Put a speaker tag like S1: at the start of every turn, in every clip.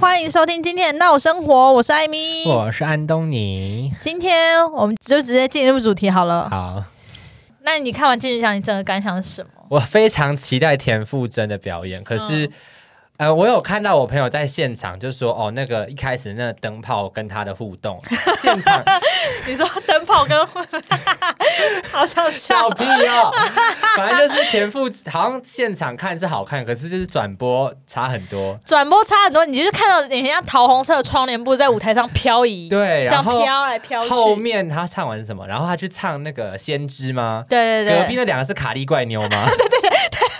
S1: 欢迎收听今天的闹生活，我是艾米。
S2: 我是安东尼。
S1: 今天我们就直接进入主题好了。
S2: 好，
S1: 那你看完《金曲奖》，你整个感想是什么？
S2: 我非常期待田馥甄的表演，可
S1: 嗯
S2: 是。呃，我有看到我朋友在现场就说，哦，那个一开始那个灯泡跟他的互 动，现场
S1: 你说灯泡跟 好想笑
S2: 笑，屁哦，反正就是田馥，好像现场看是好看，可是就是转播差很多。
S1: 转播差很多，你就看到你很像桃红色的窗帘布在舞台上飘移，
S2: 对，
S1: 这
S2: 然
S1: 样
S2: 后
S1: 飘来飘去。
S2: 后面他唱完什么？然后他去唱那个《先知》吗？
S1: 对对
S2: 隔壁
S1: 对，
S2: 那两个是卡利怪妞吗？ 对对对。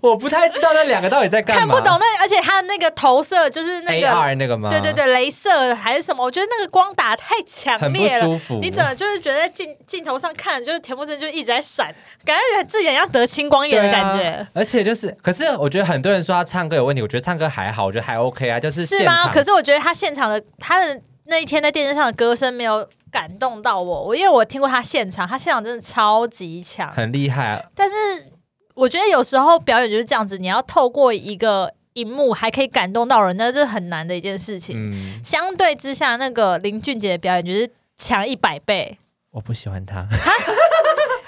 S2: 我不太知道那两个到底在干
S1: 看
S2: 嘛。
S1: 不懂那，而且它的那个投射就是那个
S2: AR 那个吗？
S1: 对对，对，镭射还是什么？我觉得那个光打太强
S2: 很不
S1: 烈了，
S2: 舒服。
S1: 你怎么就是觉得在镜镜头上看，就是田馥甄就一直在闪，感觉自己很像得青光眼的感
S2: 对
S1: 觉
S2: 啊，而且就是，可是我觉得很多人说他唱歌有问题，我觉得唱歌还好，我觉得还 OK 啊，就是
S1: 是
S2: 现
S1: 吗？
S2: 场
S1: 可是我觉得他现场的他的那一天在电视上的歌声没有感动到我，我因为我听过他现场，他现场真的超级强，
S2: 很厉害、啊。
S1: 但是我觉得有时候表演就是这样子，你要透过一个荧幕还可以感动到人，那是很难的一件事情。
S2: 嗯，
S1: 相对之下，那个林俊杰的表演就是强一百倍。
S2: 我不喜欢他，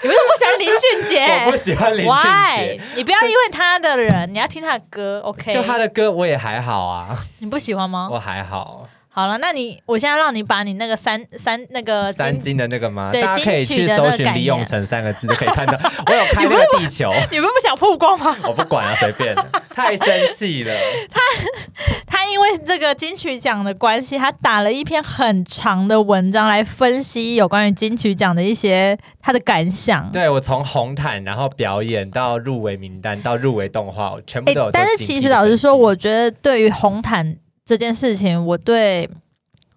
S1: 你为什么不喜欢林俊杰？
S2: 我不喜欢林俊
S1: Why？
S2: 杰。
S1: 你不要因为他的人，你要听他的歌，OK？
S2: 就他的歌我也还好啊，
S1: 你不喜欢吗？
S2: 我还好。
S1: 好了，那你我现在让你把你那个三三那个
S2: 三
S1: 金，
S2: 金的那个吗？
S1: 对
S2: 大家可以
S1: 金曲
S2: 去
S1: 的
S2: 搜
S1: 那个
S2: 寻
S1: 概
S2: 李
S1: 念
S2: 永成三个字就可以 看到。我有开那个地球，
S1: 你们不想曝光吗？
S2: 我不管啊，随便。太生气了，
S1: 他因为这个金曲奖的关系，他打了一篇很长的文章来分析有关于金曲奖的一些他的感想。
S2: 对我从红毯，然后表演到入围名单，到入围动画，我全部
S1: 哎、
S2: 都有做
S1: 但是
S2: 精
S1: 其
S2: 辟
S1: 实
S2: 的
S1: 老实
S2: 分
S1: 说，
S2: 析
S1: 我觉得对于红毯这件事情，我对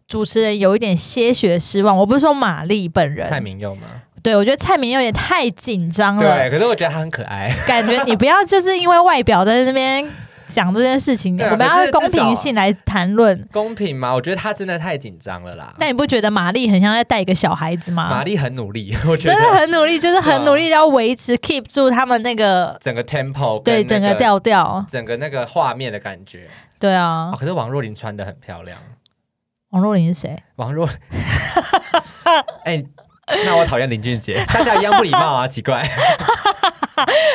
S1: 主持人有一点些许的失望。我不是说玛丽本人，
S2: 蔡明佑吗？
S1: 对我觉得蔡明佑也太紧张了。
S2: 对，可是我觉得他很可爱。
S1: 感觉你不要就是因为外表在那边讲这件事情，
S2: 对啊
S1: 我们
S2: 可
S1: 要
S2: 是
S1: 公
S2: 至少
S1: 平性来谈论。
S2: 公平吗？我觉得他真的太紧张了啦。
S1: 但你不觉得玛丽很像在带一个小孩子
S2: 玛
S1: 吗？
S2: 丽很努力， 我觉
S1: 真的
S2: 得
S1: 很努力，就是很努力地要维 持 keep 住他们那个
S2: 整个 tempo
S1: 对
S2: 跟
S1: 整
S2: 那
S1: 个
S2: 个
S1: 调调。
S2: 整个那个画面的感觉。
S1: 对啊
S2: 哦，，可是王若琳穿的很漂亮。
S1: 王若琳是谁？
S2: 王若，哎、那我讨厌林俊 杰，大家一样不礼貌啊，奇怪。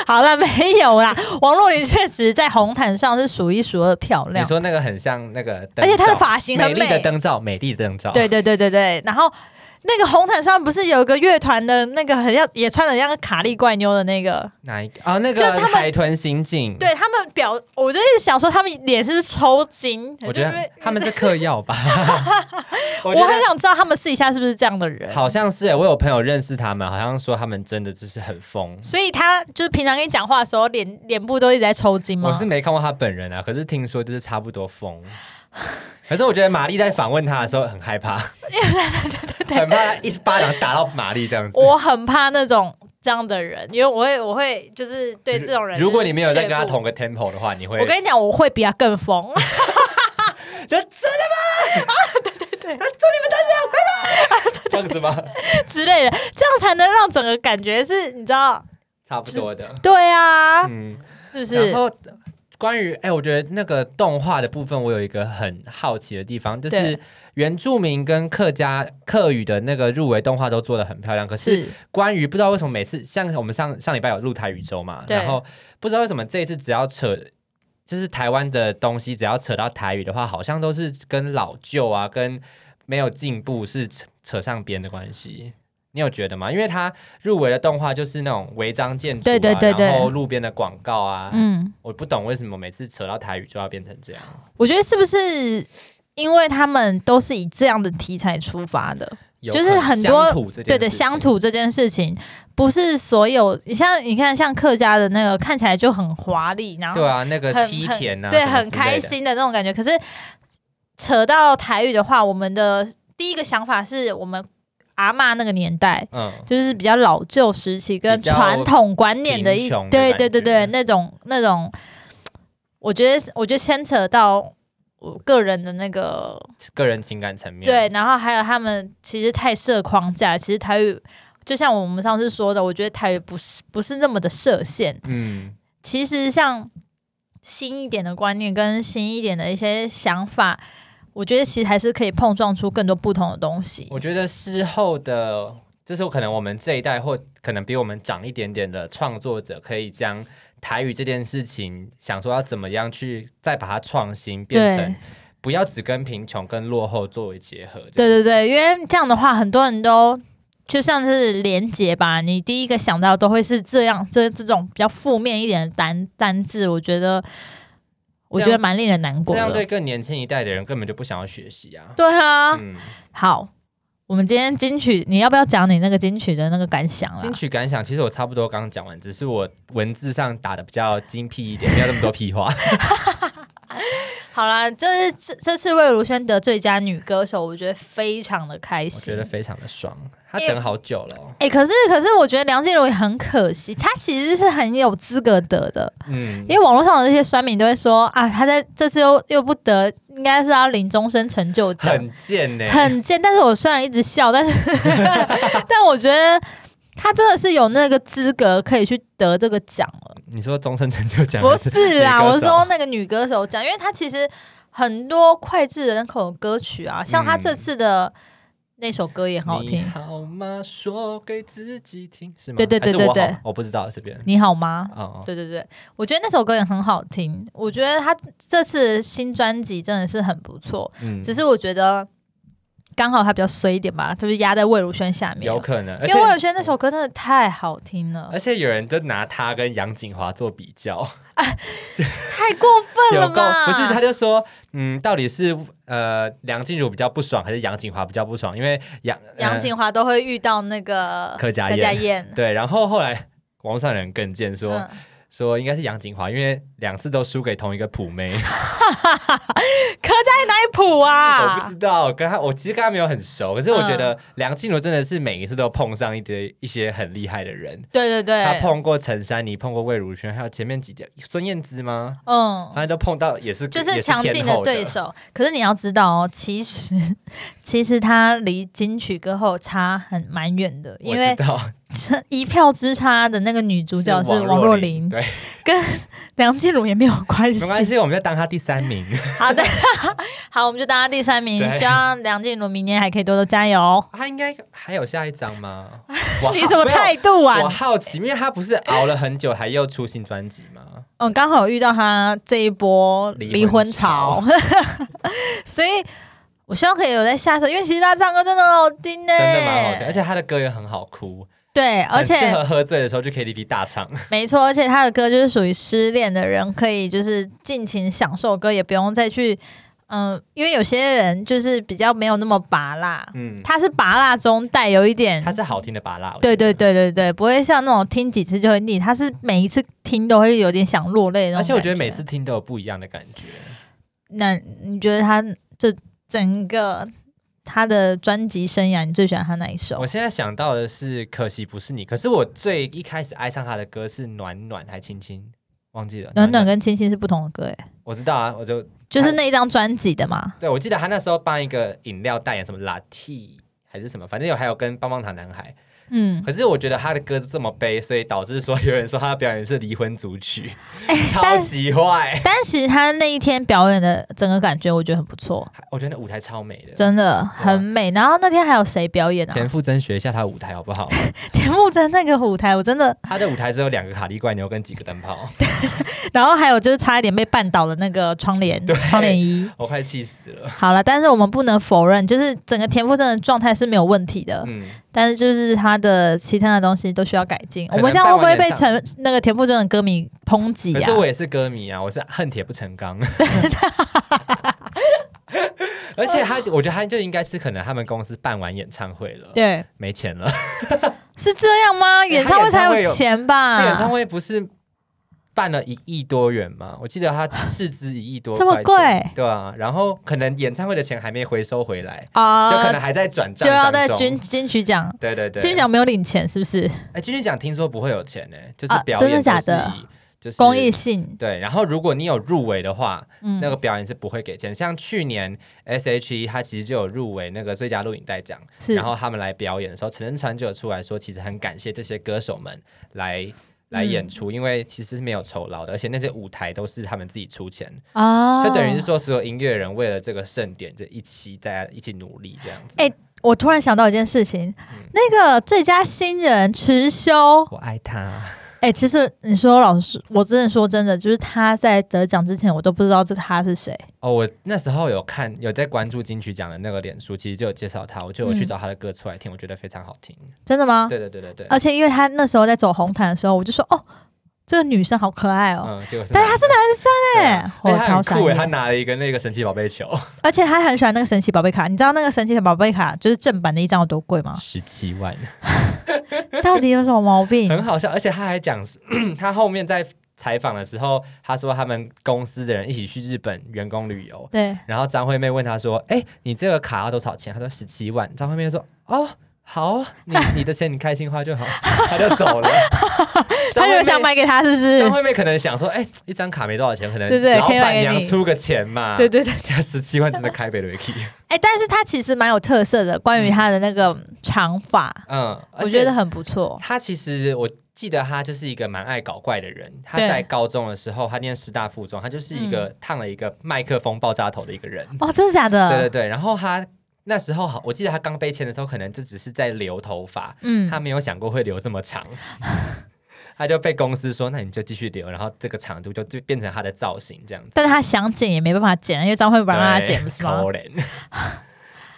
S1: 好了，没有啦，王若琳确实在红毯上是数一数二漂
S2: 你
S1: 亮。
S2: 说那个很像那个灯
S1: 而
S2: 罩，
S1: 且她的发型很
S2: 美丽的
S1: 美
S2: 灯罩，美丽的灯罩。
S1: 对对对对对，然后那个红毯上不是有一个乐团的那个很像，也穿的像卡利怪妞的那个，
S2: 哪一个啊？那
S1: 就他
S2: 个
S1: 们
S2: 海豚刑警。，
S1: 对他们表，我就一直想说他们脸是不是抽筋？
S2: 我觉得
S1: 就是
S2: 他们是嗑 药吧。我觉
S1: 我
S2: 得
S1: 很想知道他们私底下是不是这样的人。
S2: 好像是耶，欸我有朋友认识他们，好像说他们真的就是很疯。
S1: 所以他就是平常跟你讲话的时候，脸脸部都一直在抽筋
S2: 我
S1: 吗
S2: 是？没看过他本人啊，可是听说就是差不多疯。 可是我觉得玛丽在访问他的时候很害怕，很怕他一巴掌打到玛丽这样子。
S1: 我很怕那种这样的人，因为我会我会就是对这种人，
S2: 如果你没有在跟他
S1: 就是却
S2: 同个 tempo 的话，你
S1: 步，
S2: 会
S1: 我跟你讲，我会比他更疯。
S2: 真的吗？对 对对，祝你们大家拜拜，这样子吗？
S1: 之类的，这样才能让整个感觉是，你知道？
S2: 差不多的，
S1: 对啊，
S2: 嗯。
S1: 是不
S2: 然
S1: 是？
S2: 后关于哎、我觉得那个动画的部分，我有一个很好奇的地方，就
S1: 对
S2: 是原住民跟客家客语的那个入围动画都做的很漂亮，可是
S1: 是
S2: 关于不知道为什么每次像我们上上礼拜有录台语周嘛，
S1: 嗯对
S2: 然后不知道为什么这一次只要扯。就是台湾的东西，只要扯到台语的话，好像都是跟老旧啊，跟没有进步是扯扯上边的关系。你有觉得吗？因为它入围的动画就是那种违章建筑、啊，
S1: 对对对对
S2: 然后路边的广告啊，
S1: 嗯。
S2: 我不懂为什么每次扯到台语就要变成这样，
S1: 我觉得是不是因为他们都是以这样的题材出发的？
S2: 有
S1: 就是
S2: 可能
S1: 很多
S2: 乡土这件
S1: 对的，
S2: 事情
S1: 乡土这件事情不是所有，你像你看像客家的那个看起来就很华丽，然后
S2: 对啊，那个
S1: 很
S2: 梯
S1: 很
S2: 田啊，
S1: 对
S2: 什么
S1: 很
S2: 之类的
S1: 开，心的那种感觉。可是扯到台语的话，我们的第一个想法是我们阿嬷那个年代。
S2: 嗯，
S1: 就是比较老旧时期跟
S2: 比较
S1: 传统观念的一
S2: 贫穷的
S1: 对
S2: 感
S1: 对对对
S2: 觉
S1: 那种那种，我觉得我觉得牵扯到我个人的那个
S2: 个人情感层面，
S1: 对，，然后还有他们其实太设框架，其实台语就像我们上次说的，我觉得台语不是不是那么的设限。
S2: 嗯，
S1: 其实像新一点的观念跟新一点的一些想法，我觉得其实还是可以碰撞出更多不同的东西。
S2: 我觉得事后的，就是可能我们这一代或可能比我们长一点点的创作者，可以将台语这件事情，想说要怎么样去再把它创新，变
S1: 对
S2: 成不要只跟贫穷跟落后作为结合。
S1: 对对对，因为这样的话，很多人都就像是连结吧，你第一个想到都会是这样，这这种比较负面一点的单单字，我觉得我觉得
S2: 这样
S1: 蛮令人难过
S2: 这样
S1: 的
S2: 对。更年轻一代的人根本就不想要学习啊。
S1: 对啊，
S2: 嗯，
S1: 好，我们今天金曲，你要不要讲你那个金曲的那个感想啊啦
S2: 金？曲感想其实我差不多刚讲完，只是我文字上打的比较精辟一点，没有那么多屁话。
S1: 好啦，这是这这次魏如萱得最佳女歌手，我觉得非常的开
S2: 我
S1: 心
S2: 觉。得非常的爽，他
S1: 因为
S2: 等好久了哦。
S1: 哎、可是可是，我觉得梁静茹也很可惜，她其实是很有资格得的，
S2: 嗯，
S1: 因为网络上的那些酸民都会说啊，她在这次又又不得，应该是要领终身成就奖，
S2: 很贱呢、
S1: 很贱。但是我虽然一直笑， 但是但我觉得她真的是有那个资格可以去得这个 奖了。
S2: 你说终身成就奖
S1: 不
S2: 还
S1: 是啦，
S2: 女歌
S1: 我
S2: 手
S1: 是说那个女歌手奖，因为她其实很多脍炙人口的歌曲
S2: 嗯
S1: 啊，像她这次的那首歌也很好听
S2: 你，好吗？说给自己听是吗？
S1: 对对对
S2: 还是我好
S1: 对对
S2: 我不知道这边。
S1: 你好吗？
S2: 哦，
S1: 对对对，我觉得那首歌也很好听。我觉得他这次新专辑真的是很不错，
S2: 嗯
S1: 只是我觉得刚好他比较衰一点吧，就是压在魏如萱下面
S2: 有。可能，而且
S1: 因为魏如萱那首歌真的太好听了
S2: 而，且有人就拿他跟杨景华做比较，
S1: 太过分
S2: 有
S1: 了
S2: 够
S1: 吧？
S2: 不是？他就说，嗯，到底是呃梁静茹比较不爽，还是杨景华比较不爽？因为杨
S1: 杨
S2: 呃
S1: 景华都会遇到那个
S2: 柯佳
S1: 柯
S2: 嬿
S1: 佳燕，
S2: 对，然后后来网络上有人更贱说、
S1: 嗯，
S2: 说应该是杨景华，因为两次都输给同一个普妹，
S1: 柯佳燕哪里谱
S2: 我不
S1: 啊嗯
S2: 知？道，跟他我其实跟他没有很熟，可是我觉得梁静茹真的是每一次都碰上一堆一些很厉害的人，
S1: 对对
S2: 她
S1: 对，
S2: 碰过陈珊妮，碰过魏如萱，还有前面几点孙燕姿吗？
S1: 嗯，
S2: 她都碰到也是
S1: 就
S2: 也
S1: 是
S2: 是
S1: 强劲
S2: 天后的
S1: 对，手。可是你要知道哦，其实 其实他离金曲歌后差很蛮远的，
S2: 我
S1: 因
S2: 知
S1: 为
S2: 道
S1: 这一票之差的那个女主角是王若
S2: 若
S1: 琳，
S2: 对，
S1: 跟梁静茹也没有关系
S2: 没。关系，我们就当她第三 名，
S1: 好的，好，我们就当她第三名，
S2: 对
S1: 希望梁静茹明年还可以多多加 油。
S2: 她应该还有下一张 吗？我
S1: 你什么
S2: 没有
S1: 态度啊
S2: 我？好奇，因为她不是熬了很久，还又出新专辑 吗？
S1: 嗯，刚好有遇到她这一波离
S2: 离
S1: 婚
S2: 婚
S1: 潮
S2: 潮，
S1: 所以我希望可以有在下手，因为其实她唱歌真的很好听呢、
S2: 真的蛮好听，而且她的歌也很好哭，
S1: 对，而且
S2: 很适合喝醉的时候去 KTV 大唱。
S1: 没错，而且他的歌就是属于失恋的人可以就是尽情享受歌，也不用再去嗯、因为有些人就是比较没有那么拔辣，
S2: 嗯，
S1: 他是拔辣中带有一点
S2: 它，是好听的拔蜡。我
S1: 对
S2: 觉
S1: 对
S2: 得。
S1: 对对对，不会像那种听几次就会腻，他是每一次听都会有点想落泪的那种
S2: 而且我觉得
S1: 感
S2: 每次听都有不一样的感觉，
S1: 那你觉得他这整个他的专辑生涯，你最喜欢他哪一首
S2: 我？现在想到的是《可惜不是你》，可是我最一开始爱上他的歌是《暖暖》还《亲亲》，忘记了。
S1: 暖暖跟亲亲是不同的歌，诶，
S2: 我知道啊，我就
S1: 就是那一张专辑的嘛。
S2: 对我记得他那时候帮一个饮料代言什么 Latte 还是什么，反正有还有跟棒棒糖男孩。
S1: 嗯，
S2: 可是我觉得他的歌这么悲，所以导致说有人说他的表演是离婚组 曲，
S1: 哎
S2: 超
S1: 但
S2: 级坏。
S1: 但其实他那一天表演的整个感觉，我觉得很不错，
S2: 我觉得那舞台超美的，
S1: 真的很美。然后那天还有谁表演啊？
S2: 田馥甄学一下他的舞台好不 好？
S1: 田馥甄那个舞台，我真的，
S2: 他的舞台只有两个卡利怪牛跟几个灯泡，
S1: 然后还有就是差一点被绊倒的那个窗帘，
S2: 对
S1: 窗帘衣。
S2: 我快气死了。
S1: 好了，但是我们不能否认，就是整个田馥甄的状态是没有问题的，
S2: 嗯，
S1: 但是就是他的其他的东西都需要改进。
S2: 可
S1: 我
S2: 能
S1: 们这样会不会被
S2: 在
S1: 成那个田馥甄的歌迷抨击
S2: 可
S1: 啊
S2: 是？我也是歌迷啊，我是恨铁不成钢。 而且他，我觉得他就应该是可能他们公司办完演唱会了，
S1: 对，
S2: 没钱了。
S1: 是这样吗？演唱会才
S2: 演唱会
S1: 有
S2: 有
S1: 钱
S2: 他演唱
S1: 吧？
S2: 会不是办了一亿多元吗？我记得他斥资一亿多，
S1: 啊这么
S2: 块钱
S1: 贵
S2: 对啊。然后可能演唱会的钱还没回收回来，
S1: 啊
S2: 就可能还在转账
S1: 就要在
S2: 当中
S1: 金金曲奖
S2: 对对对，
S1: 金曲奖没有领钱，是不是？
S2: 哎，金曲奖听说不会有钱呢、就是
S1: 啊
S2: 表
S1: 真的
S2: 演、
S1: 假的，
S2: 就是
S1: 公益性，
S2: 对，然后如果你有入围的话，
S1: 嗯，
S2: 那个表演是不会给钱。像去年 S.H.E 它其实就有入围那个最佳录影带奖，
S1: 是
S2: 然后他们来表演的时候，陈振川就有出来说，其实很感谢这些歌手们来来演
S1: 嗯
S2: 出，因为其实是没有酬劳的，而且那些舞台都是他们自己出钱，
S1: 啊，
S2: 就等于是，说所有音乐人为了这个盛典就一起大家一起努力这样子。
S1: 哎我突然想到一件事情，
S2: 嗯
S1: 那个最佳新人池修，
S2: 我爱他，
S1: 哎、其实你说老师，我真的说真的，就是他在得奖之前，我都不知道这他是谁。
S2: 哦，我那时候有看有在关注金曲奖的那个脸书，其实就有介绍他，我就有
S1: 嗯
S2: 去
S1: 哦
S2: 找他的歌出来听，我觉得非常好听。
S1: 真的吗？
S2: 对对对对对，
S1: 而且因为他那时候在走红毯的时候，我就说哦，这个女生好可爱哦，
S2: 嗯，结果是
S1: 但
S2: 男
S1: 他是
S2: 的
S1: 男生哎、
S2: 对
S1: 我
S2: 啊哎他
S1: 超哦
S2: 很
S1: 傻
S2: 酷耶，他
S1: 眼。
S2: 拿了一个那个神奇宝贝球，？
S1: 而且他很喜欢那个神奇宝贝卡，你知道那个神奇宝贝卡就是正版的一张有多贵吗
S2: 十七万，
S1: 到底有什么毛病？
S2: 很好笑。而且他还讲， 他后面在采访的时候，他说他们公司的人一起去日本员工旅游，
S1: 对，
S2: 然后张惠妹问他说：“哎、你这个卡要多少钱？”他说：“十七万。”张惠妹说：“哦，好啊，你你的钱你开心花就好。” 他就走了。
S1: 他就
S2: 张
S1: 想
S2: 惠妹。
S1: 买给他，是不是
S2: 张？惠妹可能想说：“哎、一张卡没多少钱，可能
S1: 对对
S2: 老
S1: 可以买
S2: 板
S1: 给你
S2: 娘出个钱嘛。”
S1: 对对对，
S2: 十七万真的开北雷 k
S1: 哎、但是他其实蛮有特色的，关于他的那个长发，
S2: 嗯，
S1: 我觉得很不错。
S2: 他其实我记得他就是一个蛮爱搞怪的人。他
S1: 对嗯
S2: 在高中的时候，他念师大附中，他就是一个烫了一个麦克风爆炸头的一个人。
S1: 哦，真的假的？
S2: 嗯对对对，然后他那时候好，我记得他刚被签的时候，可能就只是在留头发，
S1: 嗯
S2: 他，没有想过会留这 么长。他就被公司说，那你就继续留，然后这个长度就就变成他的造型这样子。
S1: 但是他想剪也没办法剪，因为张惠妹帮他剪，不是吗？
S2: 可怜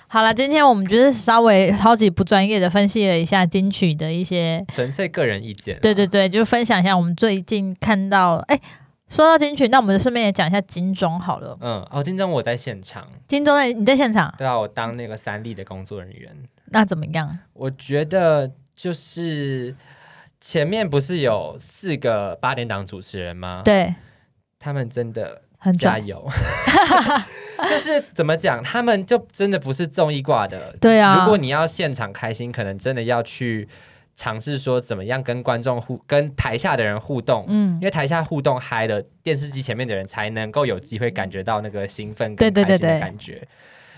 S1: 好了，今天我们就是稍微超级不专业的分析了一下金曲的一些，
S2: 纯粹个人意见。
S1: 对对对，就分享一下我们最近看到。哎、说到金曲，那我们就顺便也讲一下金钟好了。
S2: 嗯，哦，金钟我在现场，
S1: 金钟的你在现场，
S2: 对啊，我
S1: 嗯
S2: 当那个三立的工作人员。
S1: 那怎么样？
S2: 我觉得就是前面不是有四个八点档主持人吗？
S1: 对，
S2: 他们真的
S1: 很
S2: 加
S1: 拽。
S2: 油！ 就是怎么讲，他们就真的不是综艺挂的。
S1: 对啊
S2: 如果你要现场开心，可能真的要去尝试说怎么样跟观众互、跟台下的人互动。
S1: 嗯
S2: 因，为台下互动嗨了，电视机前面的人才能够有机会感觉到那个兴奋
S1: 对
S2: 跟
S1: 对
S2: 开
S1: 对
S2: 心的
S1: 对
S2: 感觉。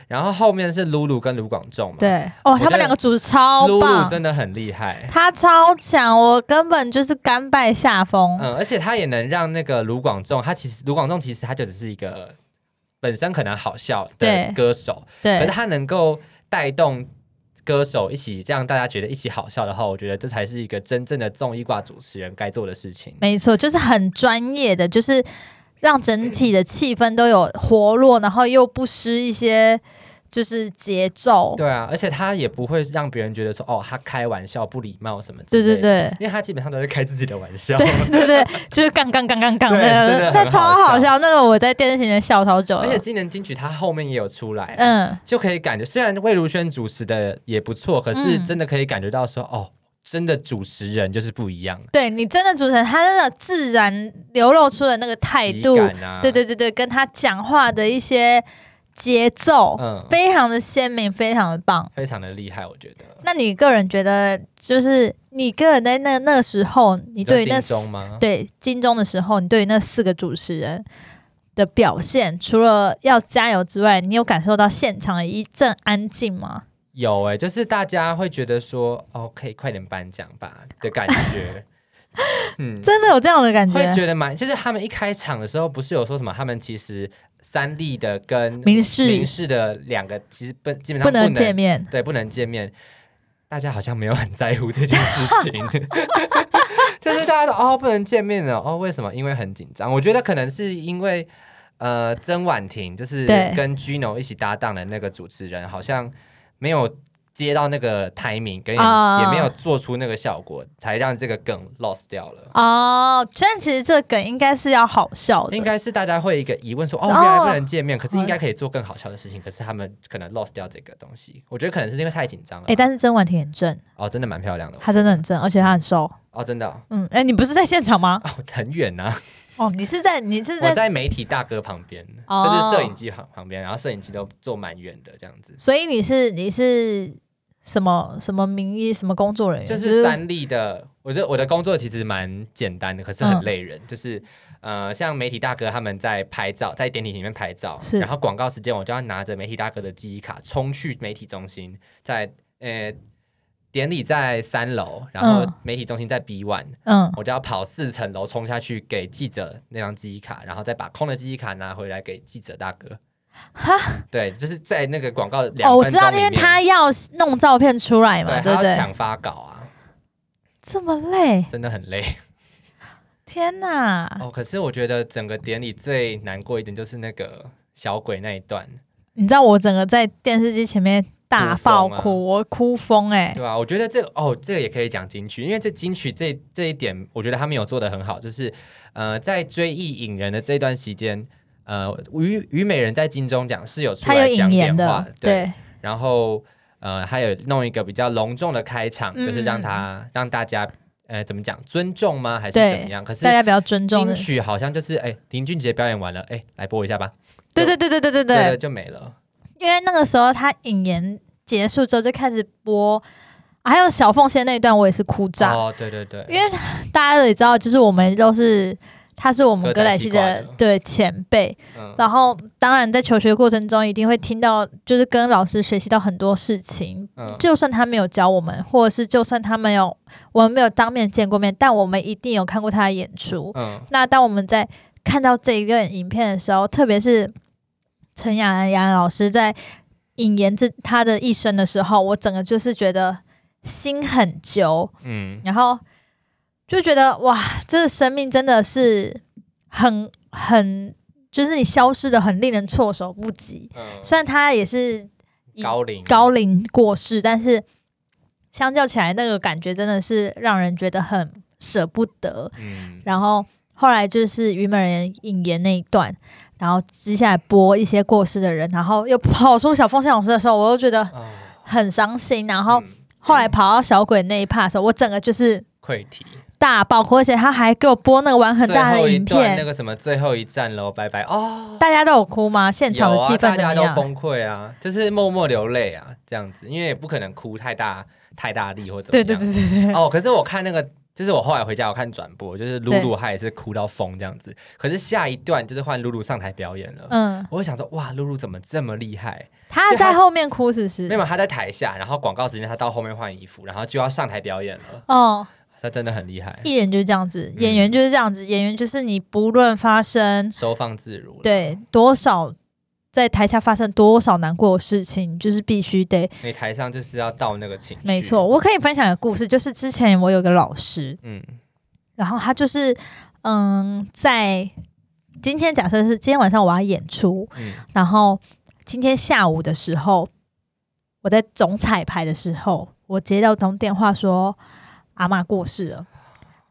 S2: 然后后面是露露跟卢广仲嘛，，
S1: 对，哦，
S2: 我觉得
S1: 他们两个组超
S2: 露露
S1: 棒，
S2: 真的很厉害，
S1: 他超强，我根本就是甘拜下风。
S2: 嗯，而且他也能让那个卢广仲，他其实卢广仲其实他就只是一个本身可能好笑
S1: 对
S2: 的歌手，可是
S1: 对，
S2: 他能够带动歌手一起让大家觉得一起好笑的话，我觉得这才是一个真正的综艺挂主持人该做的事情。
S1: 没错，就是很专业的，就是让整体的气氛都有活络，然后又不失一些就是节奏。
S2: 对啊，而且他也不会让别人觉得说哦，他开玩笑不礼貌什么之
S1: 对
S2: 类
S1: 对
S2: 的，
S1: 对。
S2: 因为他基本上都是开自己的玩笑。
S1: 对对，就是杠杠杠杠杠
S2: 对真
S1: 那
S2: 的
S1: 那
S2: 很
S1: 超
S2: 好
S1: 好
S2: 笑
S1: 笑，那个我在电视前面笑超久
S2: 而
S1: 了
S2: 且。今年金曲他后面也有出来，嗯，
S1: 嗯，
S2: 就可以感觉虽然魏如萱主持的也不错，可是
S1: 嗯
S2: 真的可以感觉到说、哦，真的主持人就是不一样，
S1: 对你真的主持人，他那个自然流露出的那个态
S2: 喜
S1: 度，
S2: 感啊，
S1: 对对对对，跟他讲话的一些节奏，
S2: 嗯，
S1: 非常的鲜明，非常的棒。
S2: 非常的厉害，我觉得。
S1: 那你个人觉得，就是你个人在那那个时候，你对于那
S2: 金钟吗？
S1: 对金钟的时候，你对于那四个主持人的表现，除了要加油之外，你有感受到现场的一阵安静吗？
S2: 有哎、就是大家会觉得说，哦，可以快点颁奖吧的感 觉，嗯，
S1: 真的有这样的感
S2: 会
S1: 觉？
S2: 觉得蛮，就是他们一开场的时候，不是有说什么，他们其实三立的跟
S1: 民视
S2: 民视的两个其实本基本
S1: 不
S2: 上能
S1: 能见面，
S2: 对，不能见面。大家好像没有很在乎这件事情， 就是大家都哦不能见面了哦，为什么？因为很紧张。我觉得可能是因为呃，曾婉婷就是
S1: 对
S2: 跟 Gino 一起搭档的那个主持人，好像没有接到那个 timing，跟也,、
S1: 啊
S2: 也没有做出那个效果，才让这个梗 lost 掉了。
S1: 哦。但其实这个梗应该是要好笑的，
S2: 应该是大家会一个疑问说，哦，
S1: 哦
S2: 原来不能见面，可是应该可以做更好笑的事情，可是他们可能 lost 掉这个东西。我觉得可能是因为太紧张了吧。
S1: 哎、但是甄婉婷很正，
S2: 哦，真的蛮漂亮的。
S1: 她真的很正，而且她很瘦。
S2: 哦，真的哦、
S1: 嗯，哎、你不是在现场 吗？
S2: 哦，很远呐、
S1: 哦，你是在你是
S2: 我
S1: 在，
S2: 在媒体大哥旁边，
S1: 哦
S2: 就是摄影机旁旁边，然后摄影机都坐蛮远的这样子。
S1: 所以你是你是什么什么名义什么工作人员？
S2: 就是三立的，我觉得我的工作其实蛮简单的，可是很
S1: 嗯
S2: 累人。就是呃，像媒体大哥他们在拍照，在典礼里面拍照，
S1: 是
S2: 然后广告时间我就要拿着媒体大哥的记忆卡冲去媒体中心，在呃。典礼在三楼，然后
S1: 嗯
S2: 媒体中心在 B one，、
S1: 嗯，
S2: 我就要跑四层楼冲下去给记者那张记忆卡，然后再把空的记忆卡拿回来给记者大哥。哈，对，就是在那个广告的两
S1: 哦，我
S2: 分
S1: 知
S2: 钟
S1: 道，
S2: 里
S1: 因为
S2: 面
S1: 他要弄照片出来嘛，
S2: 对
S1: 对
S2: 他
S1: 不
S2: 要
S1: 对？
S2: 抢发稿啊，
S1: 这么累，
S2: 真的 很累。
S1: 天哪！
S2: 哦，可是我觉得整个典礼最难过一点就是那个小鬼那一段，
S1: 你知道我整个在电视机前面大爆
S2: 哭
S1: 哭，
S2: 疯啊
S1: 我哭疯哎、
S2: 对啊，我觉得这个哦，这个也可以讲金曲，因为这金曲这这一点，我觉得他们有做的很好，就是呃，在追忆影人的这段时间，呃，虞虞美人在金钟奖是有出
S1: 他有
S2: 来
S1: 引
S2: 讲
S1: 言
S2: 点话
S1: 的，，
S2: 对，
S1: 对，
S2: 然后呃，还有弄一个比较隆重的开场，
S1: 嗯
S2: 就是让他让大家呃怎么讲尊重吗？还是
S1: 对
S2: 怎么样？可是
S1: 大家比较尊重
S2: 金
S1: 的，
S2: 曲好像就是哎，林俊杰表演完了，哎，来播一下吧，
S1: 对对对对对对
S2: 对
S1: 对，
S2: 就没了。
S1: 因为那个时候他引言结束之后就开始播，还有小凤仙那一段我也是哭炸，
S2: 哦，对对对，
S1: 因为大家也知道，就是我们都是。他是我们
S2: 歌
S1: 歌
S2: 仔
S1: 仔
S2: 戏
S1: 戏
S2: 挂
S1: 的
S2: 的
S1: 对前辈，
S2: 嗯
S1: 然后当然在求学过程中一定会听到，就是跟老师学习到很多事情，
S2: 嗯，
S1: 就算他没有教我们，或者是就算他没有我们没有当面见过面，但我们一定有看过他的演出。
S2: 嗯
S1: 那当我们在看到这一个影片的时候，特别是陈雅雅老师在引言这他的一生的时候，我整个就是觉得心很揪，
S2: 嗯，
S1: 然后就觉得哇，这个生命真的是很很，就是你消失的很令人措手不及。
S2: 嗯
S1: 虽然他也是
S2: 高龄
S1: 高龄过世，但是相较起来，那个感觉真的是让人觉得很舍不得。
S2: 嗯，
S1: 然后后来就是虞美人引言那一段，然后接下来播一些过世的人，然后又跑出小凤仙老师的时候，我又觉得
S2: 哦
S1: 很伤心。然后
S2: 嗯
S1: 后来跑到小鬼那一 part 的时候，我整个就是
S2: 溃体
S1: 大爆哭，而且他还给我播那个玩很大
S2: 最后
S1: 的
S2: 一
S1: 影
S2: 段那
S1: 片，
S2: 个什么最后一站喽，拜拜哦。
S1: 大家都有哭吗？现场的
S2: 有啊
S1: 气氛
S2: 大
S1: 怎么
S2: 家都
S1: 样？
S2: 崩溃啊，就是默默流泪啊，这样子，因为也不可能哭太大太大力或怎么
S1: 对
S2: 样。
S1: 对对对 对，
S2: 哦，可是我看那个，就是我后来回家我看转播，就是露露
S1: 对
S2: 她也是哭到疯这样子。可是下一段就是换露露上台表演了，
S1: 嗯，
S2: 我会想说哇，露露怎么这么厉害？
S1: 他
S2: 所以他
S1: 在后面哭是不是？
S2: 没有，她在台下，然后广告时间她到后面换衣服，然后就要上台表演了，
S1: 哦，
S2: 她真的很厉害，
S1: 艺人就是这样子，
S2: 嗯
S1: 演员就是这样子，演员就是你不论发生
S2: 收放自如。，
S1: 对多少在台下发生多少难过的事情，就是必须得
S2: 你台上就是要到那个情绪，
S1: 没错。，我可以分享一个故事，就是之前我有个老师，
S2: 嗯
S1: 然后他就是嗯，在今天假设是今天晚上我要演出，
S2: 嗯
S1: 然后今天下午的时候，我在总彩排的时候，我接到通电话说阿嬷过世了。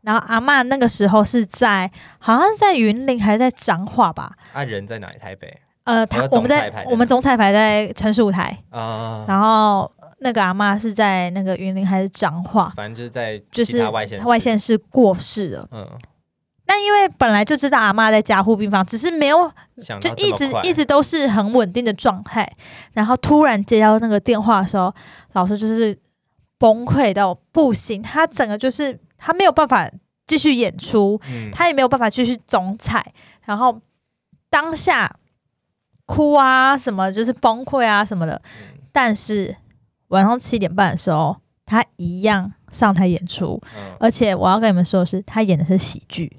S1: 然后阿嬷那个时候是在，好像是在云林还是在彰化吧？
S2: 啊，人在哪里？台北
S1: 呃，他
S2: 我在
S1: 我们
S2: 总彩排
S1: 在
S2: 的
S1: 我们总彩排在城市舞台，
S2: 啊，
S1: 然后那个阿嬷是在那个云林还是彰化，
S2: 反正就是在
S1: 就
S2: 其
S1: 是
S2: 他外县市
S1: 外，县市过世了。
S2: 嗯，
S1: 那因为本来就知道阿嬷在加护病房，只是没有
S2: 想
S1: 就
S2: 到这
S1: 一
S2: 么
S1: 直
S2: 快
S1: 一直都是很稳定的状态，然后突然接到那个电话的时候，老师就是崩溃到不行，他整个就是他没有办法继续演出，
S2: 嗯
S1: 他也没有办法继续总彩，然后当下哭啊什么就是崩溃啊什么的，
S2: 嗯
S1: 但是晚上七点半的时候，他一样上台演出，
S2: 嗯
S1: 而且我要跟你们说的是，他演的是喜剧。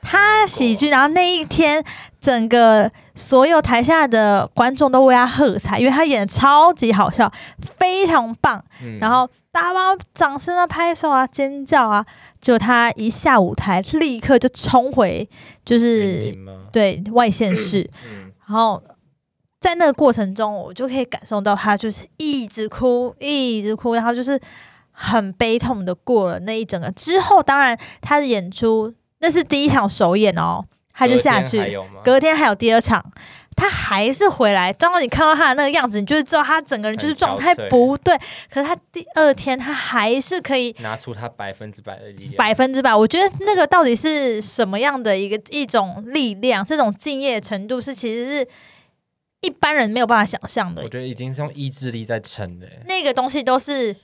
S1: 他喜剧，然后那一天，整个所有台下的观众都为他喝彩，因为他演的超级好笑，非常棒。
S2: 嗯
S1: 然后大家掌声啊、拍手啊、尖叫啊，就他一下舞台，立刻就冲回就
S2: 云
S1: 是
S2: 林吗？
S1: 对外县市，
S2: 嗯
S1: 然后在那个过程中，我就可以感受到他就是一直哭，一直哭，然后就是很悲痛的过了那一整个。之后，当然他的演出那是第一场首演哦，他就下
S2: 隔天还
S1: 去，
S2: 有吗？
S1: 隔天还有第二场。他还是回来，当然你看到他的那个样子，你就会知道他整个人就是状态
S2: 很憔悴
S1: 不对。可是他第二天，他还是可以
S2: 拿出他百分之百的力量，
S1: 百分之百。我觉得那个到底是什么样的一个一种力量，这种敬业程度是其实是一般人没有办法想象
S2: 我
S1: 的。
S2: 觉得已经是用意志力在撑的欸，
S1: 那个东西都是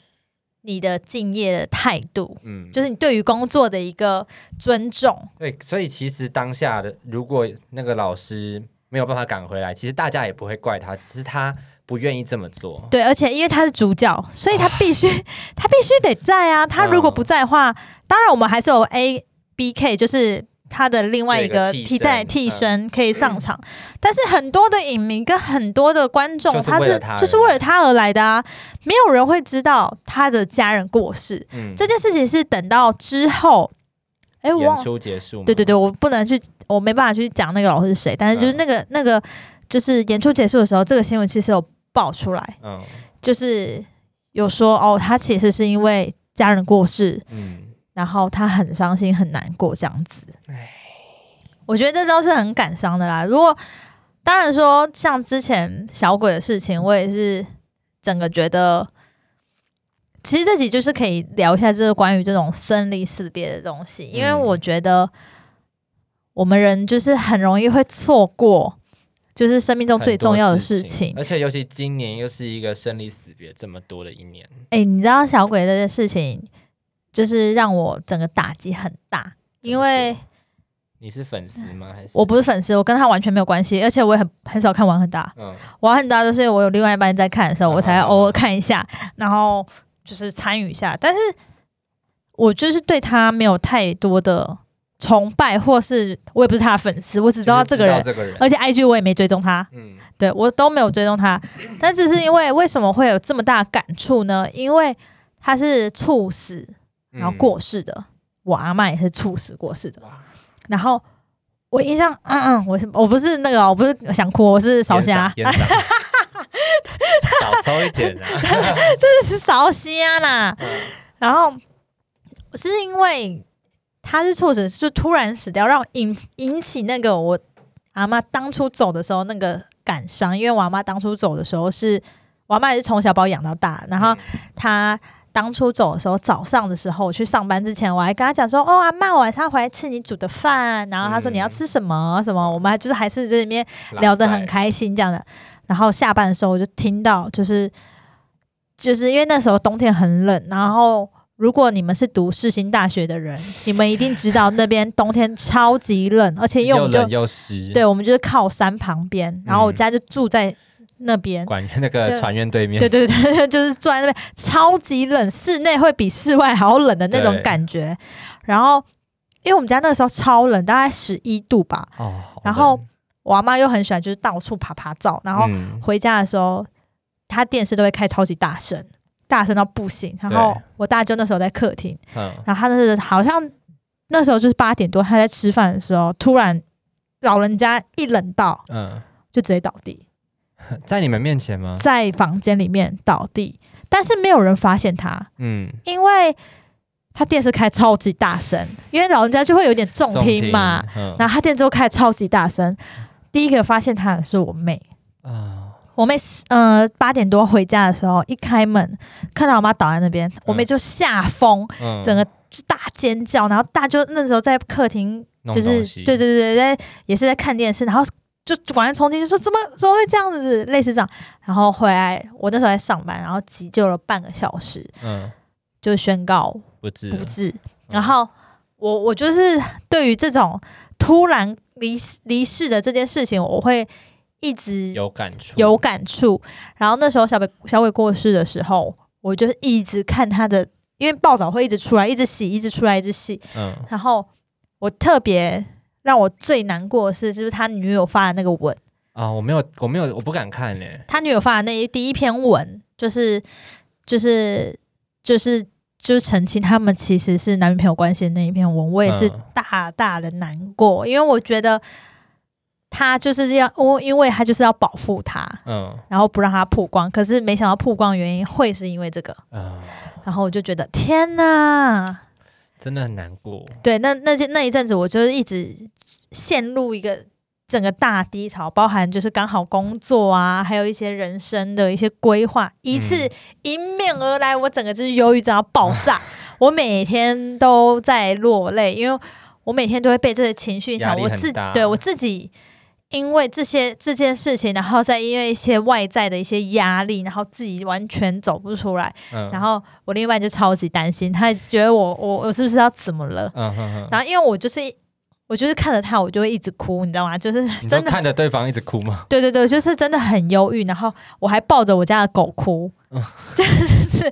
S1: 你的敬业的态度，
S2: 嗯，
S1: 就是你对于工作的一个尊重。
S2: 对，所以其实当下的如果那个老师没有办法赶回来，其实大家也不会怪他，只是他不愿意这么做。
S1: 对，而且因为他是主角，所以他必须
S2: 啊
S1: 他必须得在啊。他如果
S2: 嗯
S1: 不在的话，当然我们还是有 A B K，就是他的另外一个
S2: 有一个
S1: 替
S2: 替身嗯
S1: 代替身可以上场。但是很多的影迷跟很多的观众，
S2: 就是
S1: 他
S2: 为了
S1: 是
S2: 他而
S1: 就是为了他而来的啊，没有人会知道他的家人过世
S2: 嗯，
S1: 这件事情是等到之后，哎、我忘
S2: 演
S1: 了。
S2: 出结束吗，
S1: 对对对，我不能去，我没办法去讲那个老师是谁，但是就是
S2: 嗯
S1: 那个、那个，就是演出结束的时候，这个新闻其实有爆出来，
S2: 嗯
S1: 就是有说哦，他其实是因为家人过世，
S2: 嗯，
S1: 然后他很伤心很难过这样子。我觉得这都是很感伤的啦。如果当然说像之前小鬼的事情，我也是整个觉得，其实这集就是可以聊一下这个关于这种生离死别的东西，因为
S2: 嗯
S1: 我觉得我们人就是很容易会错过，就是生命中最重要的事情。
S2: 而且尤其今年又是一个生离死别这么多的一年，
S1: 哎、你知道小鬼这件事情，就是让我整个打击很大，因为
S2: 你是粉丝吗？还是
S1: 我不是粉丝，我跟他完全没有关系，而且我也很很少看《玩很大》，
S2: 嗯
S1: 《玩很大》就是我有另外一半在看的时候，我才
S2: 嗯嗯嗯
S1: 偶尔看一下，然后就是参与一下，但是我就是对他没有太多的崇拜，或是我也不是他的粉丝，我只知道他这个
S2: 就
S1: 人
S2: 是，知道这个人，
S1: 而且 IG 我也没追踪他，
S2: 嗯
S1: 对我都没有追踪他，但只是因为为什么会有这么大的感触呢？因为他是猝死，
S2: 嗯
S1: 然后过世的，我阿嬷也是猝死过世的
S2: 哇。
S1: 然后我印象，嗯嗯，我是我不是那个哦，我不是想哭，我是烧虾，
S2: 烟 嗓，烟嗓少抽一点啊，
S1: 这是烧虾啦。然后是因为他是猝死，就突然死掉，让我引引起那个我阿嬷当初走的时候那个感伤，因为我阿嬷当初走的时候是，我阿嬷也是从小把我养到大， 然后他当初走的时候，早上的时候我去上班之前，我还跟他讲说：“哦，阿妈，我晚上回来吃你煮的饭。”然后他说：“
S2: 嗯
S1: 你要吃什么？什么？”我们还就是还是在里面
S2: 嗯
S1: 聊得很，开心这样的。然后下班的时候，我就听到就是就是因为那时候冬天很冷，然后如果你们是读世新大学的人，你们一定知道那边冬天超级冷，而且
S2: 拉塞
S1: 因为我
S2: 又
S1: 们就
S2: 冷又湿，
S1: 对，我们就是靠山旁边，然后我家就住在那边，
S2: 管那个
S1: 对
S2: 船员对面，
S1: 对对对 对，就是坐在那边超级冷，室内会比室外还要冷的那种
S2: 对
S1: 感觉。然后，因为我们家那个时候超冷，大概十一度吧。
S2: 哦，好
S1: 然后
S2: 冷
S1: 我阿妈又很喜欢就是到处爬爬照，然后
S2: 嗯
S1: 回家的时候，她电视都会开超级大声，大声到不行。然后
S2: 对
S1: 我大舅那时候在客厅，
S2: 嗯，
S1: 然后他那是好像那时候就是八点多，他在吃饭的时候，突然老人家一冷到
S2: 嗯，
S1: 就直接倒地。
S2: 在你们面前吗？
S1: 在房间里面倒地，但是没有人发现他，
S2: 嗯，
S1: 因为他电视开超级大声，因为老人家就会有点重
S2: 重
S1: 听嘛。，
S2: 嗯
S1: 然后他电视就开超级大声，第一个发现他的是我妹。
S2: 啊，
S1: 我妹是呃八点多回家的时候，一开门看到我妈倒在那边，我妹就吓疯，
S2: 嗯
S1: 整个就大尖叫，然后大舅那时候在客厅
S2: 弄
S1: 就是
S2: 东西
S1: 对对对，在也是在看电视，然后就晚上冲进去说怎么怎么会这样子，类似这样。然后回来，我那时候在上班，然后急救了半个小时，
S2: 嗯，
S1: 就宣告
S2: 不治了
S1: 不治。
S2: 嗯
S1: 然后我我就是对于这种突然离离世的这件事情，我会一直
S2: 有感触，
S1: 有感触。然后那时候小北小鬼过世的时候，我就一直看他的，因为报道会一直出来，一直洗，一直出来，一直洗。
S2: 嗯
S1: 然后我特别让我最难过的是，就是他女友发的那个文，
S2: 啊，我没有，我没有，我不敢看嘞，
S1: 他女友发的那一第一篇文，就是就是就是就是澄清他们其实是男女朋友关系的那一篇文，我也是
S2: 嗯
S1: 大大的难过，因为我觉得他就是要我，因为他就是要保护他。
S2: 嗯
S1: 然后不让他曝光，可是没想到曝光的原因会是因为这个，
S2: 嗯，
S1: 然后我就觉得天哪，
S2: 真的很难过，
S1: 对，那那件那一阵子，我就是一直陷入一个整个大低潮，包含就是刚好工作啊，还有一些人生的一些规划，一次
S2: 嗯
S1: 迎面而来，我整个就是忧郁症要爆 炸，我每天都在落泪，因为我每天都会被这些情绪影
S2: 压
S1: 响，
S2: 力
S1: 我
S2: 很
S1: 自
S2: 大
S1: 对我自己。因为这些这件事情，然后再因为一些外在的一些压力，然后自己完全走不出来，
S2: 嗯，
S1: 然后我另外就超级担心，他觉得我我我是不是要怎么了？
S2: 嗯哼哼，
S1: 然后因为我就是我就是看着他，我就会一直哭，你知道吗？就是
S2: 你都
S1: 真的，
S2: 看着对方一直哭吗？
S1: 对对对，就是真的很忧郁。然后我还抱着我家的狗哭，
S2: 嗯
S1: 就是那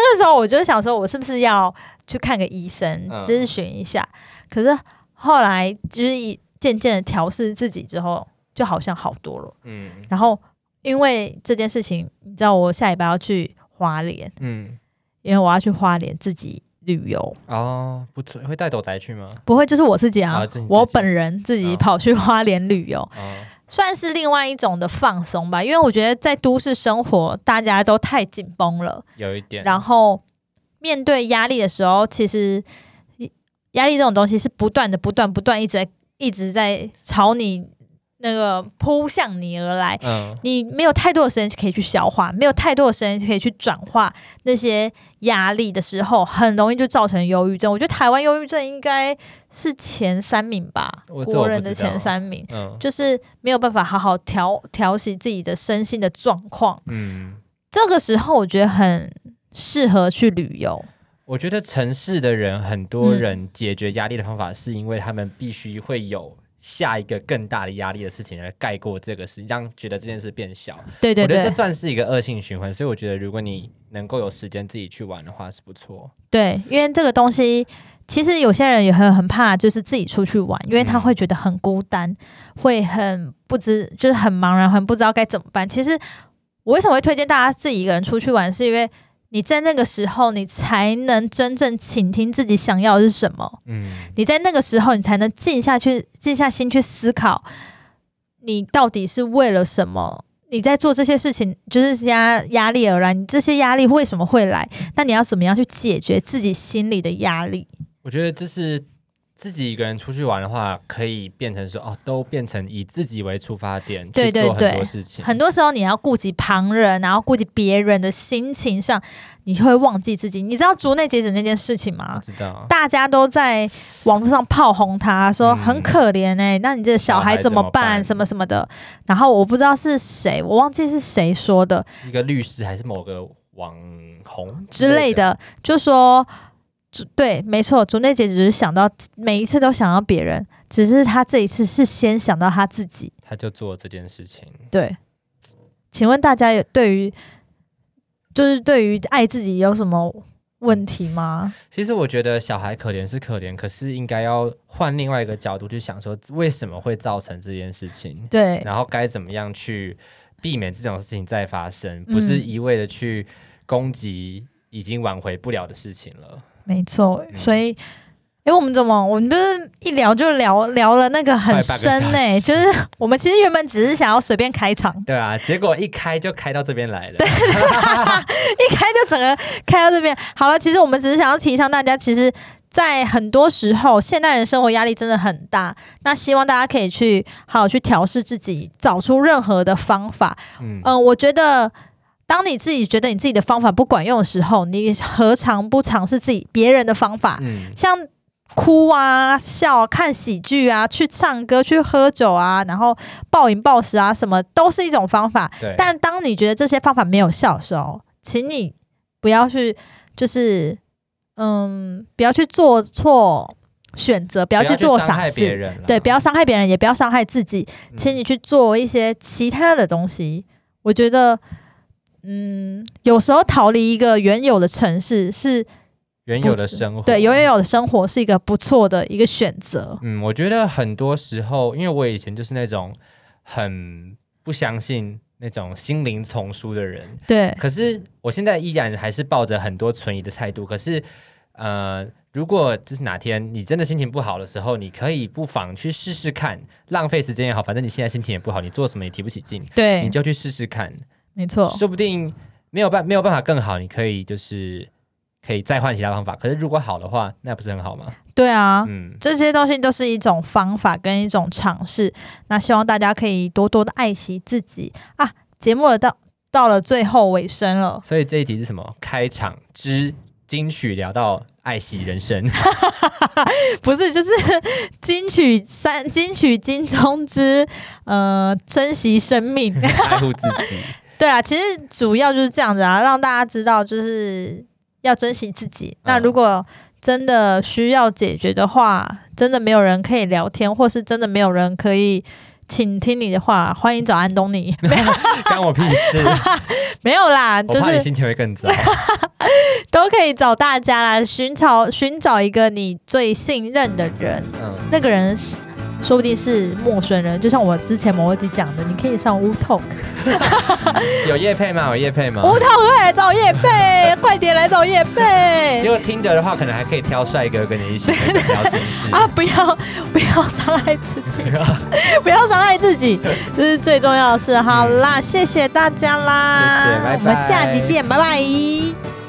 S1: 个时候我就想说，我是不是要去看个医生
S2: 嗯
S1: 咨询一下？可是后来就是一渐渐的调试自己之后，就好像好多了。
S2: 嗯
S1: 然后因为这件事情，你知道我下礼拜要去花莲，
S2: 嗯，
S1: 因为我要去花莲自己旅游，
S2: 哦，不错，会带斗宅去 吗？
S1: 不会就是我自己啊，
S2: 啊自己
S1: 我
S2: 自己
S1: 本人自己
S2: 哦
S1: 跑去花莲旅游，
S2: 哦，
S1: 算是另外一种的放松吧。因为我觉得在都市生活，大家都太紧绷了，
S2: 有一点，
S1: 然后面对压力的时候，其实压力这种东西是不断的、不断、不断一直在一直在朝你那个扑向你而来。
S2: 嗯
S1: 你没有太多的时间可以去消化，没有太多的时间可以去转化那些压力的时候，很容易就造成忧郁症。我觉得台湾忧郁症应该是前三名吧，
S2: 我这我
S1: 国人
S2: 不
S1: 的
S2: 知道
S1: 前三名，
S2: 嗯
S1: 就是没有办法好好调调息自己的身心的状况。
S2: 嗯，
S1: 这个时候，我觉得很适合去旅游。
S2: 我觉得城市的人，很多
S1: 嗯
S2: 人解决压力的方法，是因为他们必须会有下一个更大的压力的事情来盖过这个事，让觉得这件事变小。
S1: 对对
S2: 我觉得
S1: 对
S2: 这算是一个恶性循环，所以我觉得如果你能够有时间自己去玩的话，是不错。
S1: 对，因为这个东西。其实有些人也很很怕，就是自己出去玩，因为他
S2: 嗯
S1: 会觉得很孤单，会很不知，就是很茫然，很不知道该怎么办。其实我为什么会推荐大家自己一个人出去玩，是因为你在那个时候，你才能真正倾听自己想要的是什么。
S2: 嗯
S1: 你在那个时候，你才能静下去，静下心去思考，你到底是为了什么？你在做这些事情，就是压压力而来，你这些压力为什么会来？那你要怎么样去解决自己心里的压力？
S2: 我觉得这是自己一个人出去玩的话，可以变成说哦，都变成以自己为出发点
S1: 对
S2: 去做
S1: 对
S2: 很多
S1: 对
S2: 事情。
S1: 很多时候你要顾及旁人，然后顾及别人的心情上，你会忘记自己。你知道竹内结子那件事情
S2: 我
S1: 吗？
S2: 知道，
S1: 大家都在网络上炮轰他，说
S2: 嗯
S1: 很可怜哎、那你这小
S2: 小
S1: 孩
S2: 孩
S1: 怎么
S2: 怎么
S1: 办？
S2: 办
S1: 什么什么的。然后我不知道是谁，我忘记是谁说的
S2: 一个律师还是某个网红
S1: 之类
S2: 的，
S1: 的，就说竹对，没错，竹内结子只是想到每一次都想到别人，只是他这一次是先想到他自己。
S2: 他就做这件事情。
S1: 对，请问大家有对于就是对于爱自己有什么问题吗？
S2: 其实我觉得小孩可怜是可怜，可是应该要换另外一个角度去想，说为什么会造成这件事情，
S1: 对，
S2: 然后该怎么样去避免这种事情再发生，
S1: 嗯
S2: 不是一味的去攻击已经挽回不了的事情了。
S1: 没错，
S2: 嗯
S1: 所以，哎、我们怎么，我们就是一聊就聊聊了那个很
S2: 快半个
S1: 深呢、
S2: 小
S1: 就
S2: 时
S1: 是我们其实原本只是想要随便开场，
S2: 对啊，结果一开就开到这边来了。
S1: 一开就整个开到这边。好了，其实我们只是想要提倡大家，其实，在很多时候，现代人生活压力真的很大，那希望大家可以去好好去调试自己，找出任何的方法。
S2: 嗯，
S1: 嗯，我觉得。当你自己觉得你自己的方法不管用的时候，你何尝不尝试自己别人的方法？
S2: 嗯，
S1: 像哭啊、笑啊、看喜剧啊、去唱歌、去喝酒啊，然后暴饮暴食啊，什么都是一种方法。
S2: 对，
S1: 但当你觉得这些方法没有效的时候，请你不要去，就是嗯，不要去做错选择，不
S2: 不
S1: 要
S2: 去
S1: 做
S2: 伤
S1: 傻
S2: 害别
S1: 事。
S2: 人啦，
S1: 对，不要伤害别人，也不要伤害自己，
S2: 嗯，
S1: 请你去做一些其他的东西。我觉得，嗯，有时候逃离一个原有的城市是
S2: 原
S1: 不
S2: 有的
S1: 止
S2: 生活，
S1: 对，有也有的生活是一个不错的一个选择。
S2: 嗯，我觉得很多时候，因为我以前就是那种很不相信那种心灵丛书的人，
S1: 对，
S2: 可是我现在依然还是抱着很多存疑的态度。可是，呃，如果就是哪天你真的心情不好的时候，你可以不妨去试试看，浪费时间也好，反正你现在心情也不好，你做什么也提不起劲，你
S1: 对，
S2: 就去试试看，
S1: 没错，
S2: 说不定没有办没有办法更好，你可以就是。可以再换其他方法，可是如果好的话，那不是很好吗？
S1: 对啊，
S2: 嗯，
S1: 这些东西都是一种方法跟一种尝试。那希望大家可以多多的爱惜自己啊！节目的到到了最后尾声 了，
S2: 所以这一集是什么？开场之金曲聊到爱惜人生，
S1: 不是就是 金曲三金曲金钟之呃珍惜生命。
S2: 爱护自己。
S1: 对啊，其
S2: 嗯
S1: 实主要就是这样子啊，让大家知道就是要珍惜自己。那如果真的需要解决的话，真的没有人可以聊天，或是真的没有人可以倾听你的话，欢迎找安东尼。 没有
S2: 干我屁 事！
S1: 没有啦，
S2: 我
S1: 就
S2: 怕你
S1: 是
S2: 心情会更 糟。
S1: 都可以找大家啦，寻找寻找一个你最信任的人，
S2: 嗯，
S1: 那个人是说不定是陌生人，就像我之前某一集讲的，你可以上 Wu Talk，
S2: 有叶配吗？有叶配吗？
S1: Wu Talk 快来找叶 贝，快点来找叶贝
S2: 如。果听着的话，可能还可以挑帅哥跟你 一起聊心事。
S1: 啊！不要不要伤害自己，
S2: 啊
S1: 不要伤害自己，这是最重要的事。好啦，谢谢大家啦，
S2: 谢谢拜拜
S1: 我们下集见，拜拜。